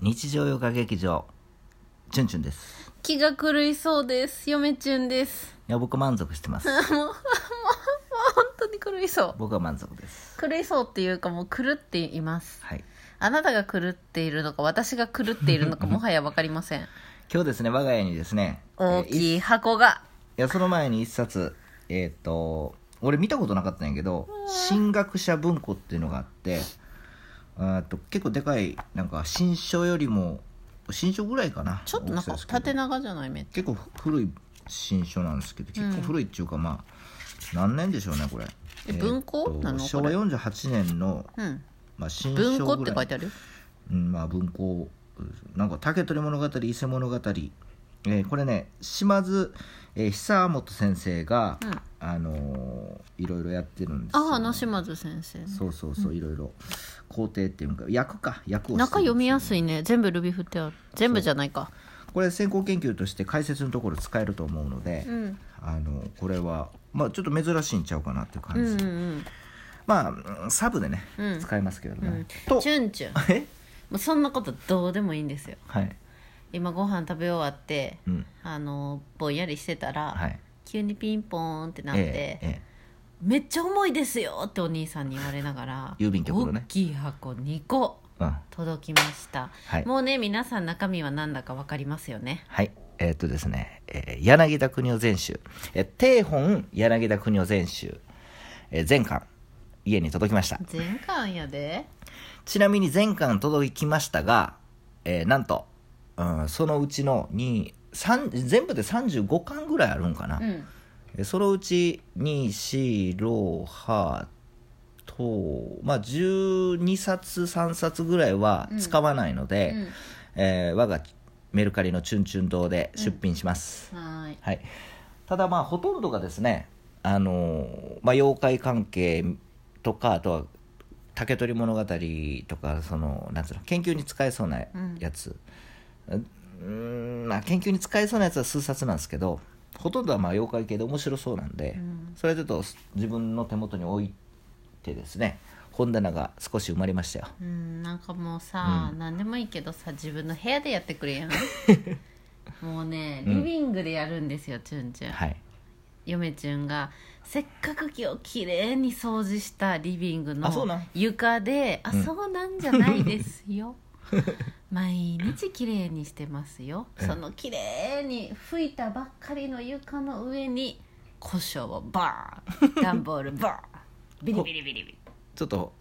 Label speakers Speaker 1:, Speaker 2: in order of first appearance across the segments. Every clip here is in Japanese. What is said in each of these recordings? Speaker 1: 日常洋画劇場チュンチュンです
Speaker 2: 気が狂いそうです嫁ちゅんです
Speaker 1: いや僕満足してます
Speaker 2: 本当に狂いそう
Speaker 1: 僕は満足です
Speaker 2: 狂いそうっていうかもう狂っています
Speaker 1: はい
Speaker 2: あなたが狂っているのか私が狂っているの かもはや分かりません
Speaker 1: 今日ですね我が家にですね
Speaker 2: 大
Speaker 1: えーいい
Speaker 2: きい箱が
Speaker 1: やその前に一冊えーっ、と俺見たことなかったんやけど進学者文庫っていうのがあってあーっと結構でかいなんか新書よりも新書ぐらいかな
Speaker 2: ちょっとな
Speaker 1: 大
Speaker 2: んか
Speaker 1: きさですけ
Speaker 2: 縦
Speaker 1: ど
Speaker 2: 長じゃないめっ
Speaker 1: 結
Speaker 2: ち
Speaker 1: 構古い新書なんですけど結構古いっていうか、まあ何年でしょうねこれ
Speaker 2: え
Speaker 1: ーっと
Speaker 2: 文庫なのこれ
Speaker 1: 昭和48年の、
Speaker 2: ゃうん
Speaker 1: まあ、新書
Speaker 2: 文庫っ
Speaker 1: ぐ
Speaker 2: て
Speaker 1: ら
Speaker 2: 書いてあるよ
Speaker 1: うんまあ、文庫なんか「竹取物語」「伊勢物語」えーこれね島津、えー久本先生が、
Speaker 2: うん
Speaker 1: あのーいろいろやってるんですよ、
Speaker 2: ああの島津先生
Speaker 1: そうそうそういろいろ皇帝っていうか役か役をしてるんですよね
Speaker 2: 中読みやすいね全部ルビ振ってある全部じゃないか
Speaker 1: これ先行研究として解説のところ使えると思うので、
Speaker 2: うん
Speaker 1: あのこれは、まあ、ちょっと珍しいんちゃうかなっていう
Speaker 2: う
Speaker 1: 感
Speaker 2: ん
Speaker 1: じ、
Speaker 2: うん
Speaker 1: まあうんサブでね、
Speaker 2: うん
Speaker 1: 使えますけどね、
Speaker 2: うんうん
Speaker 1: と
Speaker 2: チュンチュンも
Speaker 1: え
Speaker 2: うそんなことどうでもいいんですよ
Speaker 1: はい
Speaker 2: 今ご飯食べ終わって
Speaker 1: うん
Speaker 2: あのぼんやりしてたら、
Speaker 1: はい
Speaker 2: 急にピンポーンってなっ
Speaker 1: え
Speaker 2: て、
Speaker 1: ええ
Speaker 2: めっちゃ重いですよってお兄さんに言われながら
Speaker 1: 郵便局のね
Speaker 2: 大きい箱2個
Speaker 1: えうん
Speaker 2: 届きました、
Speaker 1: はい
Speaker 2: もうね皆さん中身は何だか分かりますよね
Speaker 1: はいえーっとですね、えー柳田邦夫全集、えー、定本柳田邦夫全集、えー全巻家に届きました
Speaker 2: 全巻やで
Speaker 1: ちなみに全巻届きましたが、えーなんと、うん、そのうちのに三全部で35巻ぐらいあるんかな、
Speaker 2: うん
Speaker 1: えそのうち245とまあ12冊3冊ぐらいは使わないので、
Speaker 2: うん
Speaker 1: えー我がメルカリのチュンチュン堂で出品します、
Speaker 2: はーい
Speaker 1: はい、ただまあほとんどがですねあのーまあ、妖怪関係とかあとは「竹取物語」とかそのなんつうの研究に使えそうなやつ、うーんまあ、研究に使えそうなやつは数冊なんですけどほとんどはまあ妖怪系で面白そうなんで、それはちょっと自分の手元に置いてですね本棚が少し埋まりましたよ
Speaker 2: うんなんかもうさ、何でもいいけどさ自分の部屋でやってく れやんもうねリビングでやるんですよ、チュンチュン
Speaker 1: はい
Speaker 2: 嫁ちゅんがせっかく今日きれいに掃除したリビング
Speaker 1: あそうな
Speaker 2: の
Speaker 1: ん
Speaker 2: 床で「あそうなんじゃないです よ」毎日きれいにしてますよそのきれいに拭いたばっかりの床の上に胡椒をバ ーン段ボールバーンビリビリビリビリ、
Speaker 1: ちょっと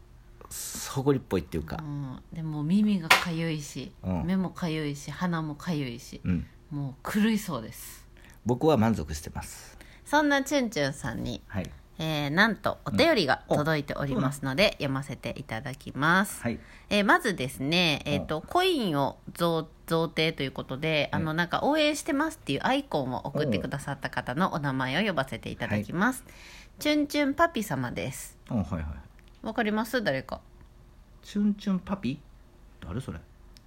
Speaker 1: そこりっぽいっていうか
Speaker 2: う、ん、でも耳がかゆいし、
Speaker 1: うん
Speaker 2: 目もかゆいし鼻もかゆいし、
Speaker 1: うん、
Speaker 2: もう狂いそうです
Speaker 1: 僕は満足してます
Speaker 2: そんなチュンチュンさんに
Speaker 1: はい
Speaker 2: えーなんとお便りが
Speaker 1: うんお
Speaker 2: 届いておりますので、読ませていただきます、
Speaker 1: はい
Speaker 2: えーまずですね、えー、とコインを贈贈呈ということで、あのなんか応援してますっていうアイコンを送ってくださった方のお名前を呼ばせていただきます、チュンチュンパピ様です
Speaker 1: うんはいはい
Speaker 2: わかります誰か
Speaker 1: チュンチュンパピ誰それ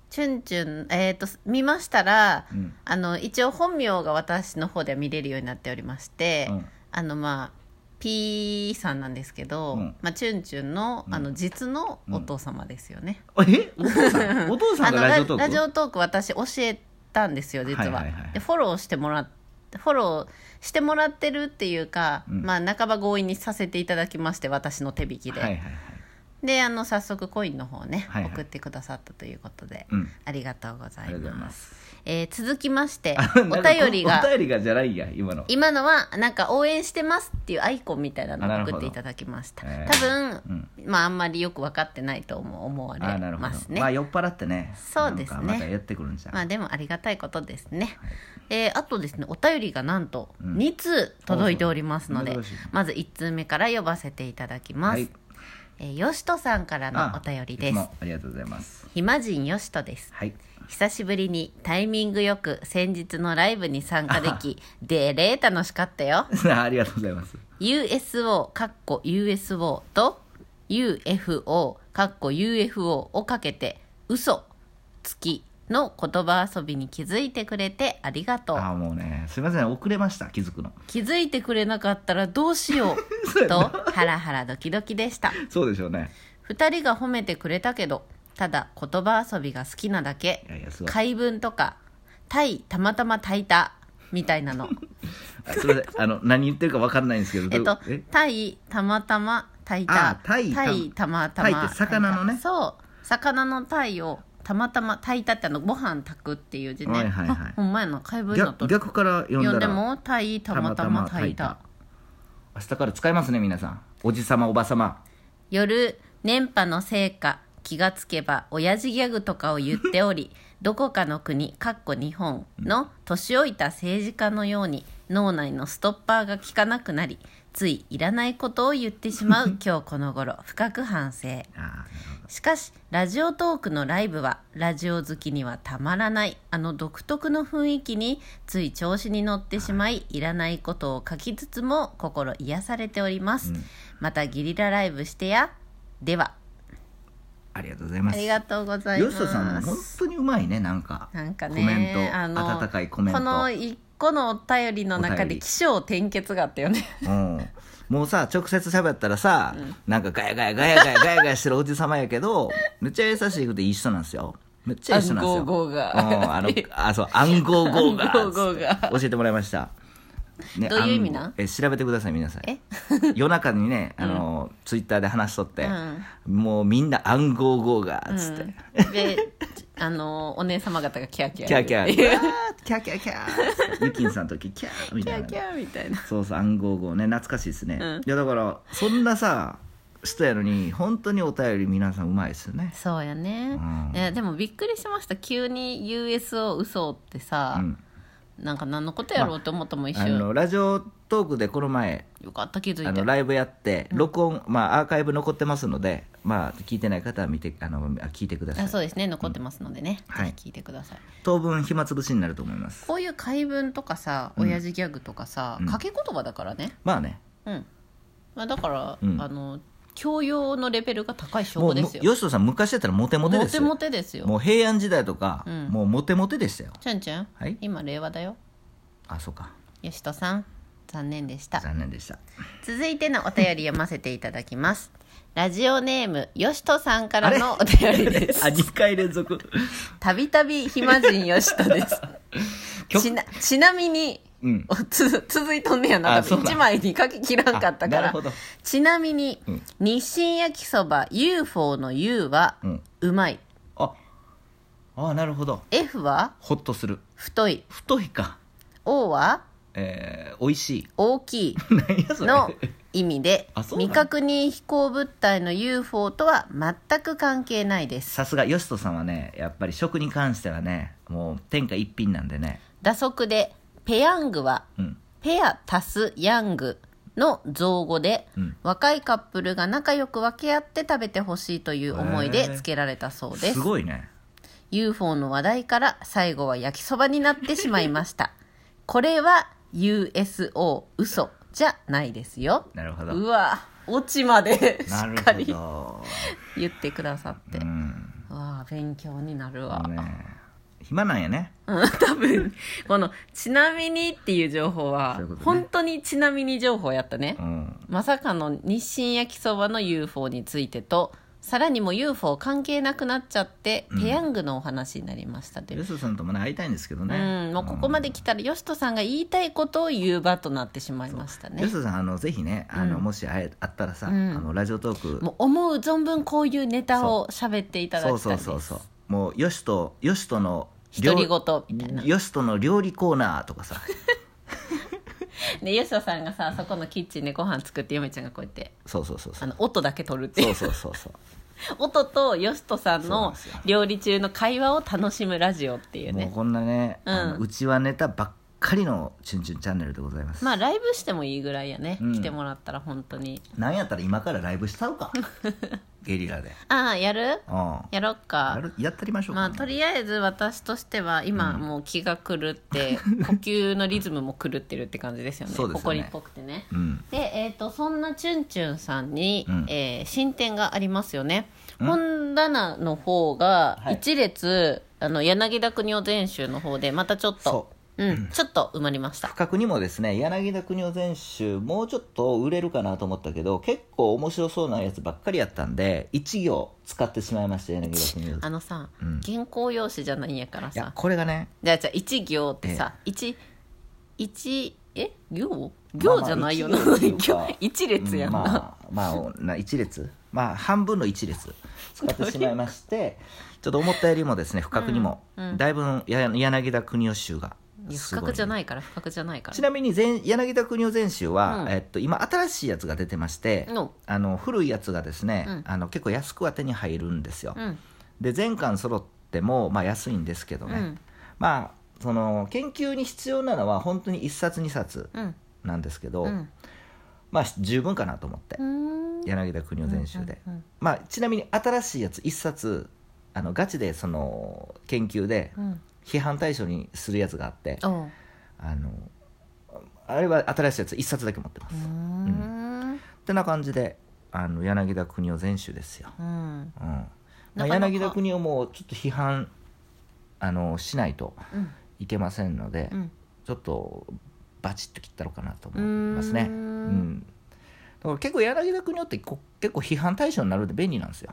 Speaker 2: チュンチュンえっ、と見ましたら、
Speaker 1: うん
Speaker 2: あの一応本名が私の方では見れるようになっておりまして、
Speaker 1: うん
Speaker 2: あのまあ P さんなんですけど、
Speaker 1: うん
Speaker 2: まあ、チュンチュンの,、あの実のお父様ですよね、
Speaker 1: えお父さ んお父さ
Speaker 2: あ
Speaker 1: ん
Speaker 2: の
Speaker 1: がラジオトーク
Speaker 2: ララジオトーク私教えたんですよ実は,、
Speaker 1: はいはいはい
Speaker 2: でフォローしてもらってフォローしてもらってるっていうか、
Speaker 1: うん
Speaker 2: まあ半ば強引にさせていただきまして私の手引きで、
Speaker 1: はいはいはい
Speaker 2: であの早速コインの方ね、
Speaker 1: はいはい
Speaker 2: 送ってくださったということで、
Speaker 1: うん
Speaker 2: ありがとうござ
Speaker 1: あ
Speaker 2: い
Speaker 1: りがとうござい
Speaker 2: ま
Speaker 1: ますす
Speaker 2: えー続きまして
Speaker 1: あ
Speaker 2: お
Speaker 1: なんか
Speaker 2: 便りが
Speaker 1: お便りがじゃないや今の
Speaker 2: 今のはなんか応援してますっていうアイコンみたいな
Speaker 1: あな
Speaker 2: の
Speaker 1: る
Speaker 2: を
Speaker 1: ほど
Speaker 2: 送っていただきました、
Speaker 1: えー
Speaker 2: 多分、
Speaker 1: うん
Speaker 2: まああんまりよく分かってないと思思われ
Speaker 1: あなるほ
Speaker 2: ます
Speaker 1: ど
Speaker 2: ね
Speaker 1: まあ
Speaker 2: ま
Speaker 1: 酔っ払ってね
Speaker 2: そうですね
Speaker 1: なんかまたやってくるんじゃん
Speaker 2: あでもありがたいことですね、えーあとですねお便りがなんと2通届いておりますので、
Speaker 1: そうそう珍しい
Speaker 2: まず1通目から読ばせていただきます、
Speaker 1: はい
Speaker 2: えーよしとさんからのお便り
Speaker 1: い
Speaker 2: で
Speaker 1: つ
Speaker 2: す
Speaker 1: もありがとうございます
Speaker 2: 暇人よしとです
Speaker 1: はい
Speaker 2: 久しぶりにタイミングよく先日のライブに参加で きでれー楽しかったよ
Speaker 1: ありがとうございます
Speaker 2: USO かっこ USO と UFO かっこ UFO をかけて嘘つきの言葉遊びに気づいてくれてありがとう
Speaker 1: あもうねすいません遅れました気づくの
Speaker 2: 気づいてくれなかったらどうしよ
Speaker 1: そうや
Speaker 2: うと
Speaker 1: な
Speaker 2: ハラハラドキドキでした
Speaker 1: そうでしょうね
Speaker 2: 2人が褒めてくれたけどただ言葉遊びが好きなだけ
Speaker 1: いやいやすごい
Speaker 2: 怪文とか「タイたまたま炊いた」みたいなの
Speaker 1: あすみませんあの何言ってるか分かんないんですけど
Speaker 2: えっ
Speaker 1: ど
Speaker 2: と
Speaker 1: うえ
Speaker 2: 「タイたまたま炊いた」
Speaker 1: あタイ
Speaker 2: たまた
Speaker 1: タイ
Speaker 2: ま
Speaker 1: って魚のね
Speaker 2: 炊いたそう魚のタイをたまたま炊いたってあのご飯炊くっていう字ね、
Speaker 1: はいはいはい
Speaker 2: あほんまやな怪文のと
Speaker 1: 逆逆から読んだ
Speaker 2: 読ん
Speaker 1: ら
Speaker 2: でも「タイたまたま炊いた」
Speaker 1: 明日から使いますね皆さんおじさまおばさま
Speaker 2: 夜年波のせいか気がつけば親父ギャグとかを言っておりどこかの国かっこ日本の年老いた政治家のように脳内のストッパーが効かなくなりついいらないことを言ってしまう今日この頃深く反省
Speaker 1: あ
Speaker 2: しかしラジオトークのライブはラジオ好きにはたまらないあの独特の雰囲気につい調子に乗ってしまいいらないことを書きつつも心癒されております、またゲリラライブしてやでは
Speaker 1: ありがとうございま
Speaker 2: あ
Speaker 1: す
Speaker 2: りがとうございま
Speaker 1: よ
Speaker 2: す
Speaker 1: しとさんも本当にうまいねなんか
Speaker 2: なんかね
Speaker 1: コメント
Speaker 2: あの
Speaker 1: 温かいコメント
Speaker 2: この一個のお便りの中
Speaker 1: お便
Speaker 2: で
Speaker 1: り
Speaker 2: 起承転結があったよ ね
Speaker 1: うん、もうさ直接喋ったらさ、なんかガヤガヤガヤガヤガヤガヤしてるおじさまやけどめっちゃ優しくていい人なんですよめっちゃいい人なんですよ
Speaker 2: 暗号号が
Speaker 1: うん、あのあそう暗号号が
Speaker 2: 暗号号が
Speaker 1: 教えてもらいました、ね
Speaker 2: どういう意味なん
Speaker 1: 暗号え調べてください皆さん
Speaker 2: え
Speaker 1: 夜中に ねあの、ツイッターで話しとって、
Speaker 2: う
Speaker 1: もうみんな暗号号がつって、
Speaker 2: であのお姉様方がキャーキャー
Speaker 1: キャーキャー
Speaker 2: キャ
Speaker 1: キャーキャーキャーゆきんさんの時キャーみたいな
Speaker 2: ー キャーみたいな
Speaker 1: そうそう暗号号ね懐かしいですね、
Speaker 2: うん
Speaker 1: いやだからそんなさ人やのに本当にお便り皆さんうまいですよね
Speaker 2: そうや
Speaker 1: う
Speaker 2: ね、
Speaker 1: ん
Speaker 2: えでもびっくりしました急に USO 嘘ってさ、
Speaker 1: うん
Speaker 2: なんか何のことやろうと思ったもん一
Speaker 1: あ
Speaker 2: 瞬、
Speaker 1: のラジオトークでこの前
Speaker 2: よかった気づ
Speaker 1: あ
Speaker 2: い
Speaker 1: の
Speaker 2: て
Speaker 1: ライブやって録音、まあ、アーカイブ残ってますので、まあ、聞いてない方は見てあのあ聞いてくださ
Speaker 2: あ
Speaker 1: い
Speaker 2: そうですね残ってますのでね、
Speaker 1: はい
Speaker 2: ぜひ聞いてください
Speaker 1: 当分暇つぶしになると思います
Speaker 2: こういう怪文とかさ
Speaker 1: うん
Speaker 2: 親父ギャグとかさ、
Speaker 1: うん
Speaker 2: 掛け言葉だからね
Speaker 1: まあね
Speaker 2: うん、まあ、だから、
Speaker 1: うん
Speaker 2: あの教養のレベルが高い証
Speaker 1: も
Speaker 2: 拠
Speaker 1: う
Speaker 2: で
Speaker 1: も
Speaker 2: すよ
Speaker 1: よしとさん昔やったらモテモテですよ
Speaker 2: モテですよ
Speaker 1: もう平安時代とか、
Speaker 2: うん
Speaker 1: もうモテモテでしたよ
Speaker 2: ちゃんちゃん、
Speaker 1: はい
Speaker 2: 今令和だよ
Speaker 1: あそうか
Speaker 2: よしとさん残念でした
Speaker 1: 残念でした
Speaker 2: 続いてのお便り読ませていただきます。ラジオネーム、よしとさんからのお便りで す。
Speaker 1: あ2回連続
Speaker 2: たびたび暇人よしとです。
Speaker 1: 曲
Speaker 2: ちなちなみに、
Speaker 1: うん
Speaker 2: おつ続いとんねやな
Speaker 1: あそうなん
Speaker 2: 1枚に書ききらんかったか
Speaker 1: あなる
Speaker 2: ら
Speaker 1: ほど
Speaker 2: ちなみに、
Speaker 1: うん
Speaker 2: 日清焼きそば UFO の U は、
Speaker 1: う
Speaker 2: うんまい
Speaker 1: ああなるほど
Speaker 2: F は
Speaker 1: ほっとする
Speaker 2: 太い
Speaker 1: 太いか
Speaker 2: O は
Speaker 1: えー、美味しい
Speaker 2: 大きい
Speaker 1: 何やそれ
Speaker 2: の意味で
Speaker 1: あそうなの
Speaker 2: 未確認飛行物体の UFO とは全く関係ないです
Speaker 1: さすがよしとさんはねやっぱり食に関してはねもう天下一品なんでね
Speaker 2: 打足でペヤングは
Speaker 1: うん
Speaker 2: ペア足すヤングの造語で、
Speaker 1: うん
Speaker 2: 若いカップルが仲良く分け合って食べてほしいという思い
Speaker 1: へ
Speaker 2: で
Speaker 1: ー
Speaker 2: 付けられたそうです
Speaker 1: すごいね
Speaker 2: UFO の話題から最後は焼きそばになってしまいましたこれは USO 嘘じゃないですよ
Speaker 1: なるほど
Speaker 2: うわオチまでし
Speaker 1: な
Speaker 2: っ
Speaker 1: る
Speaker 2: かり
Speaker 1: ほ
Speaker 2: 言ってくださって、
Speaker 1: どう
Speaker 2: うんわ勉強になるわ、
Speaker 1: ね暇なんやね
Speaker 2: うん 多分この「ちなみに」っていう情報は
Speaker 1: そういうことね
Speaker 2: 本当にちなみに情報やったね
Speaker 1: うん
Speaker 2: まさかの日清焼きそばの UFO についてとさらにも UFO 関係なくなっちゃって、ペヤングのお話になりましたという
Speaker 1: よしとさんともね会いたいんですけど
Speaker 2: う
Speaker 1: ね
Speaker 2: ん、もうここまで来たらよしとさんが言いたいことを言う場となってしまいました
Speaker 1: よ
Speaker 2: ね
Speaker 1: しとさんあのぜひねあの、もし会えあったらさ、
Speaker 2: うん
Speaker 1: あのラジオトーク
Speaker 2: もう思う存分こういうネタを喋っていただきた
Speaker 1: そう
Speaker 2: いです
Speaker 1: そうそうそうもうよしとよしとの
Speaker 2: 独り言みたいな
Speaker 1: よしとの料理コーナーとかさ
Speaker 2: でよしとさんがさそこのキッチンでご飯作ってゆめちゃんがこうやって
Speaker 1: そうそうそうそ
Speaker 2: あ
Speaker 1: う
Speaker 2: の音だけ取るっていう
Speaker 1: そうそうそうそう
Speaker 2: 音とよしとさん
Speaker 1: そうなん
Speaker 2: の
Speaker 1: ですよ
Speaker 2: 料理中の会話を楽しむラジオっていう
Speaker 1: もう
Speaker 2: ね
Speaker 1: こんなね、
Speaker 2: うん
Speaker 1: あのうちはネタばっかりの「チュンチュンチャンネル」でございます、
Speaker 2: まあライブしてもいいぐらいやね、
Speaker 1: うん
Speaker 2: 来てもらったら本当に
Speaker 1: なんやったら今からライブしちゃう かゲリラで
Speaker 2: ああやる
Speaker 1: うんや
Speaker 2: やろっか
Speaker 1: るやったりましょうか、
Speaker 2: まあとりあえず私としては今もう気が狂 って、呼吸のリズムも狂ってるって感じですよね
Speaker 1: そうですよね
Speaker 2: ほこりっぽくてね
Speaker 1: うん
Speaker 2: で、えー、とそんなチュンチュンさんに、
Speaker 1: うん
Speaker 2: えー進展がありますよね、
Speaker 1: うん
Speaker 2: 本棚の方が
Speaker 1: はい
Speaker 2: 一列、あの柳田国男全集の方でまたちょっと
Speaker 1: そう
Speaker 2: うん、ちょっと埋まりました
Speaker 1: 不覚にもですね柳田邦夫選手もうちょっと売れるかなと思ったけど結構面白そうなやつばっかりやったんで1行使ってしまいました柳田邦夫
Speaker 2: あのさ、
Speaker 1: うん
Speaker 2: 原稿用紙じゃないんやから
Speaker 1: いや
Speaker 2: さ
Speaker 1: これがね
Speaker 2: じゃあじゃあ1行ってさ一一え行行じゃないよな、
Speaker 1: まあまあ一行っていうか
Speaker 2: 行一列やんな、
Speaker 1: うんまあ、まあおな1列まあ半分の1列使ってしまいましてちょっと思ったよりもですね不覚にも、
Speaker 2: うんうん
Speaker 1: だいぶや柳田邦夫集が
Speaker 2: いや
Speaker 1: す
Speaker 2: 不
Speaker 1: ごい
Speaker 2: 覚じゃないから不覚じゃないから
Speaker 1: ちなみに前柳田邦夫全集は、
Speaker 2: うん
Speaker 1: えっと、今新しいやつが出てまして、
Speaker 2: うん
Speaker 1: あの古いやつがですね、
Speaker 2: うん
Speaker 1: あの結構安くは手に入るんですよ、
Speaker 2: うん
Speaker 1: で全巻揃っても、まあ、安いんですけど
Speaker 2: う
Speaker 1: ね、
Speaker 2: ん
Speaker 1: まあその研究に必要なのは本当に1冊2冊
Speaker 2: うん
Speaker 1: なんですけど、
Speaker 2: うん
Speaker 1: まあ十分かなと思って、
Speaker 2: うん
Speaker 1: 柳田邦夫全集で、
Speaker 2: うんうん
Speaker 1: まあ、ちなみに新しいやつ1冊あのガチでその研究で
Speaker 2: うん
Speaker 1: 批判対象にするやつがあって、
Speaker 2: おう
Speaker 1: あのあれは新しいやつ1冊だけ持ってます、
Speaker 2: うー
Speaker 1: っ
Speaker 2: ん
Speaker 1: てな感じであの柳田邦夫全集ですよ、
Speaker 2: うん
Speaker 1: うんま
Speaker 2: な
Speaker 1: あ、
Speaker 2: かなか
Speaker 1: 柳田邦夫もちょっと批判あのしないと
Speaker 2: うん
Speaker 1: いけませんので、
Speaker 2: うん
Speaker 1: ちょっとバチッと切ったのかなと思いますね
Speaker 2: うーん
Speaker 1: うんだから結構柳田邦夫ってこ結構批判対象になるんで便利なんですよ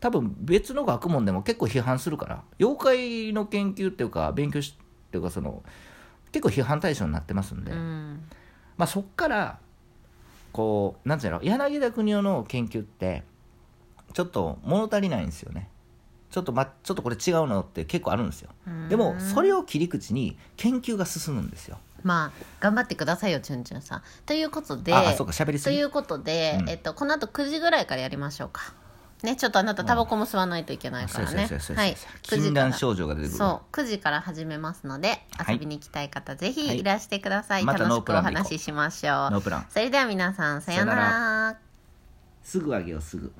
Speaker 1: 多分別の学問でも結構批判するから妖怪の研究っていうか勉強しっていうかその結構批判対象になってますんで、
Speaker 2: うん
Speaker 1: まあ、そっからこうなんていうの柳田邦夫の研究ってちょっと物足りないんですよねちょっと、ま、ちょっとこれ違うのって結構あるんですよでもそれを切り口に研究が進むんですよ
Speaker 2: まあ頑張ってくださいよチュンチュンさんということで
Speaker 1: ああそうか喋りす
Speaker 2: とい
Speaker 1: ぎ
Speaker 2: うことで、
Speaker 1: うん
Speaker 2: えっと、この後9時ぐらいからやりましょうかねちょっとあなたタバコも吸わないといけないからね、
Speaker 1: そうそうそうそう
Speaker 2: はい9
Speaker 1: 禁
Speaker 2: 時か
Speaker 1: 断
Speaker 2: ら
Speaker 1: 症状が出てくる
Speaker 2: そう9時から始めますので
Speaker 1: はい
Speaker 2: 遊びに行きたい方、ぜ
Speaker 1: は
Speaker 2: ひ
Speaker 1: い
Speaker 2: いらしてください、
Speaker 1: また
Speaker 2: 楽
Speaker 1: ノ
Speaker 2: し
Speaker 1: ープ
Speaker 2: く
Speaker 1: ラ
Speaker 2: お
Speaker 1: ンで行こう
Speaker 2: 話ししましょう、
Speaker 1: ノープラン
Speaker 2: それでは皆さんさよう
Speaker 1: さよ
Speaker 2: なら
Speaker 1: すぐあげようすぐ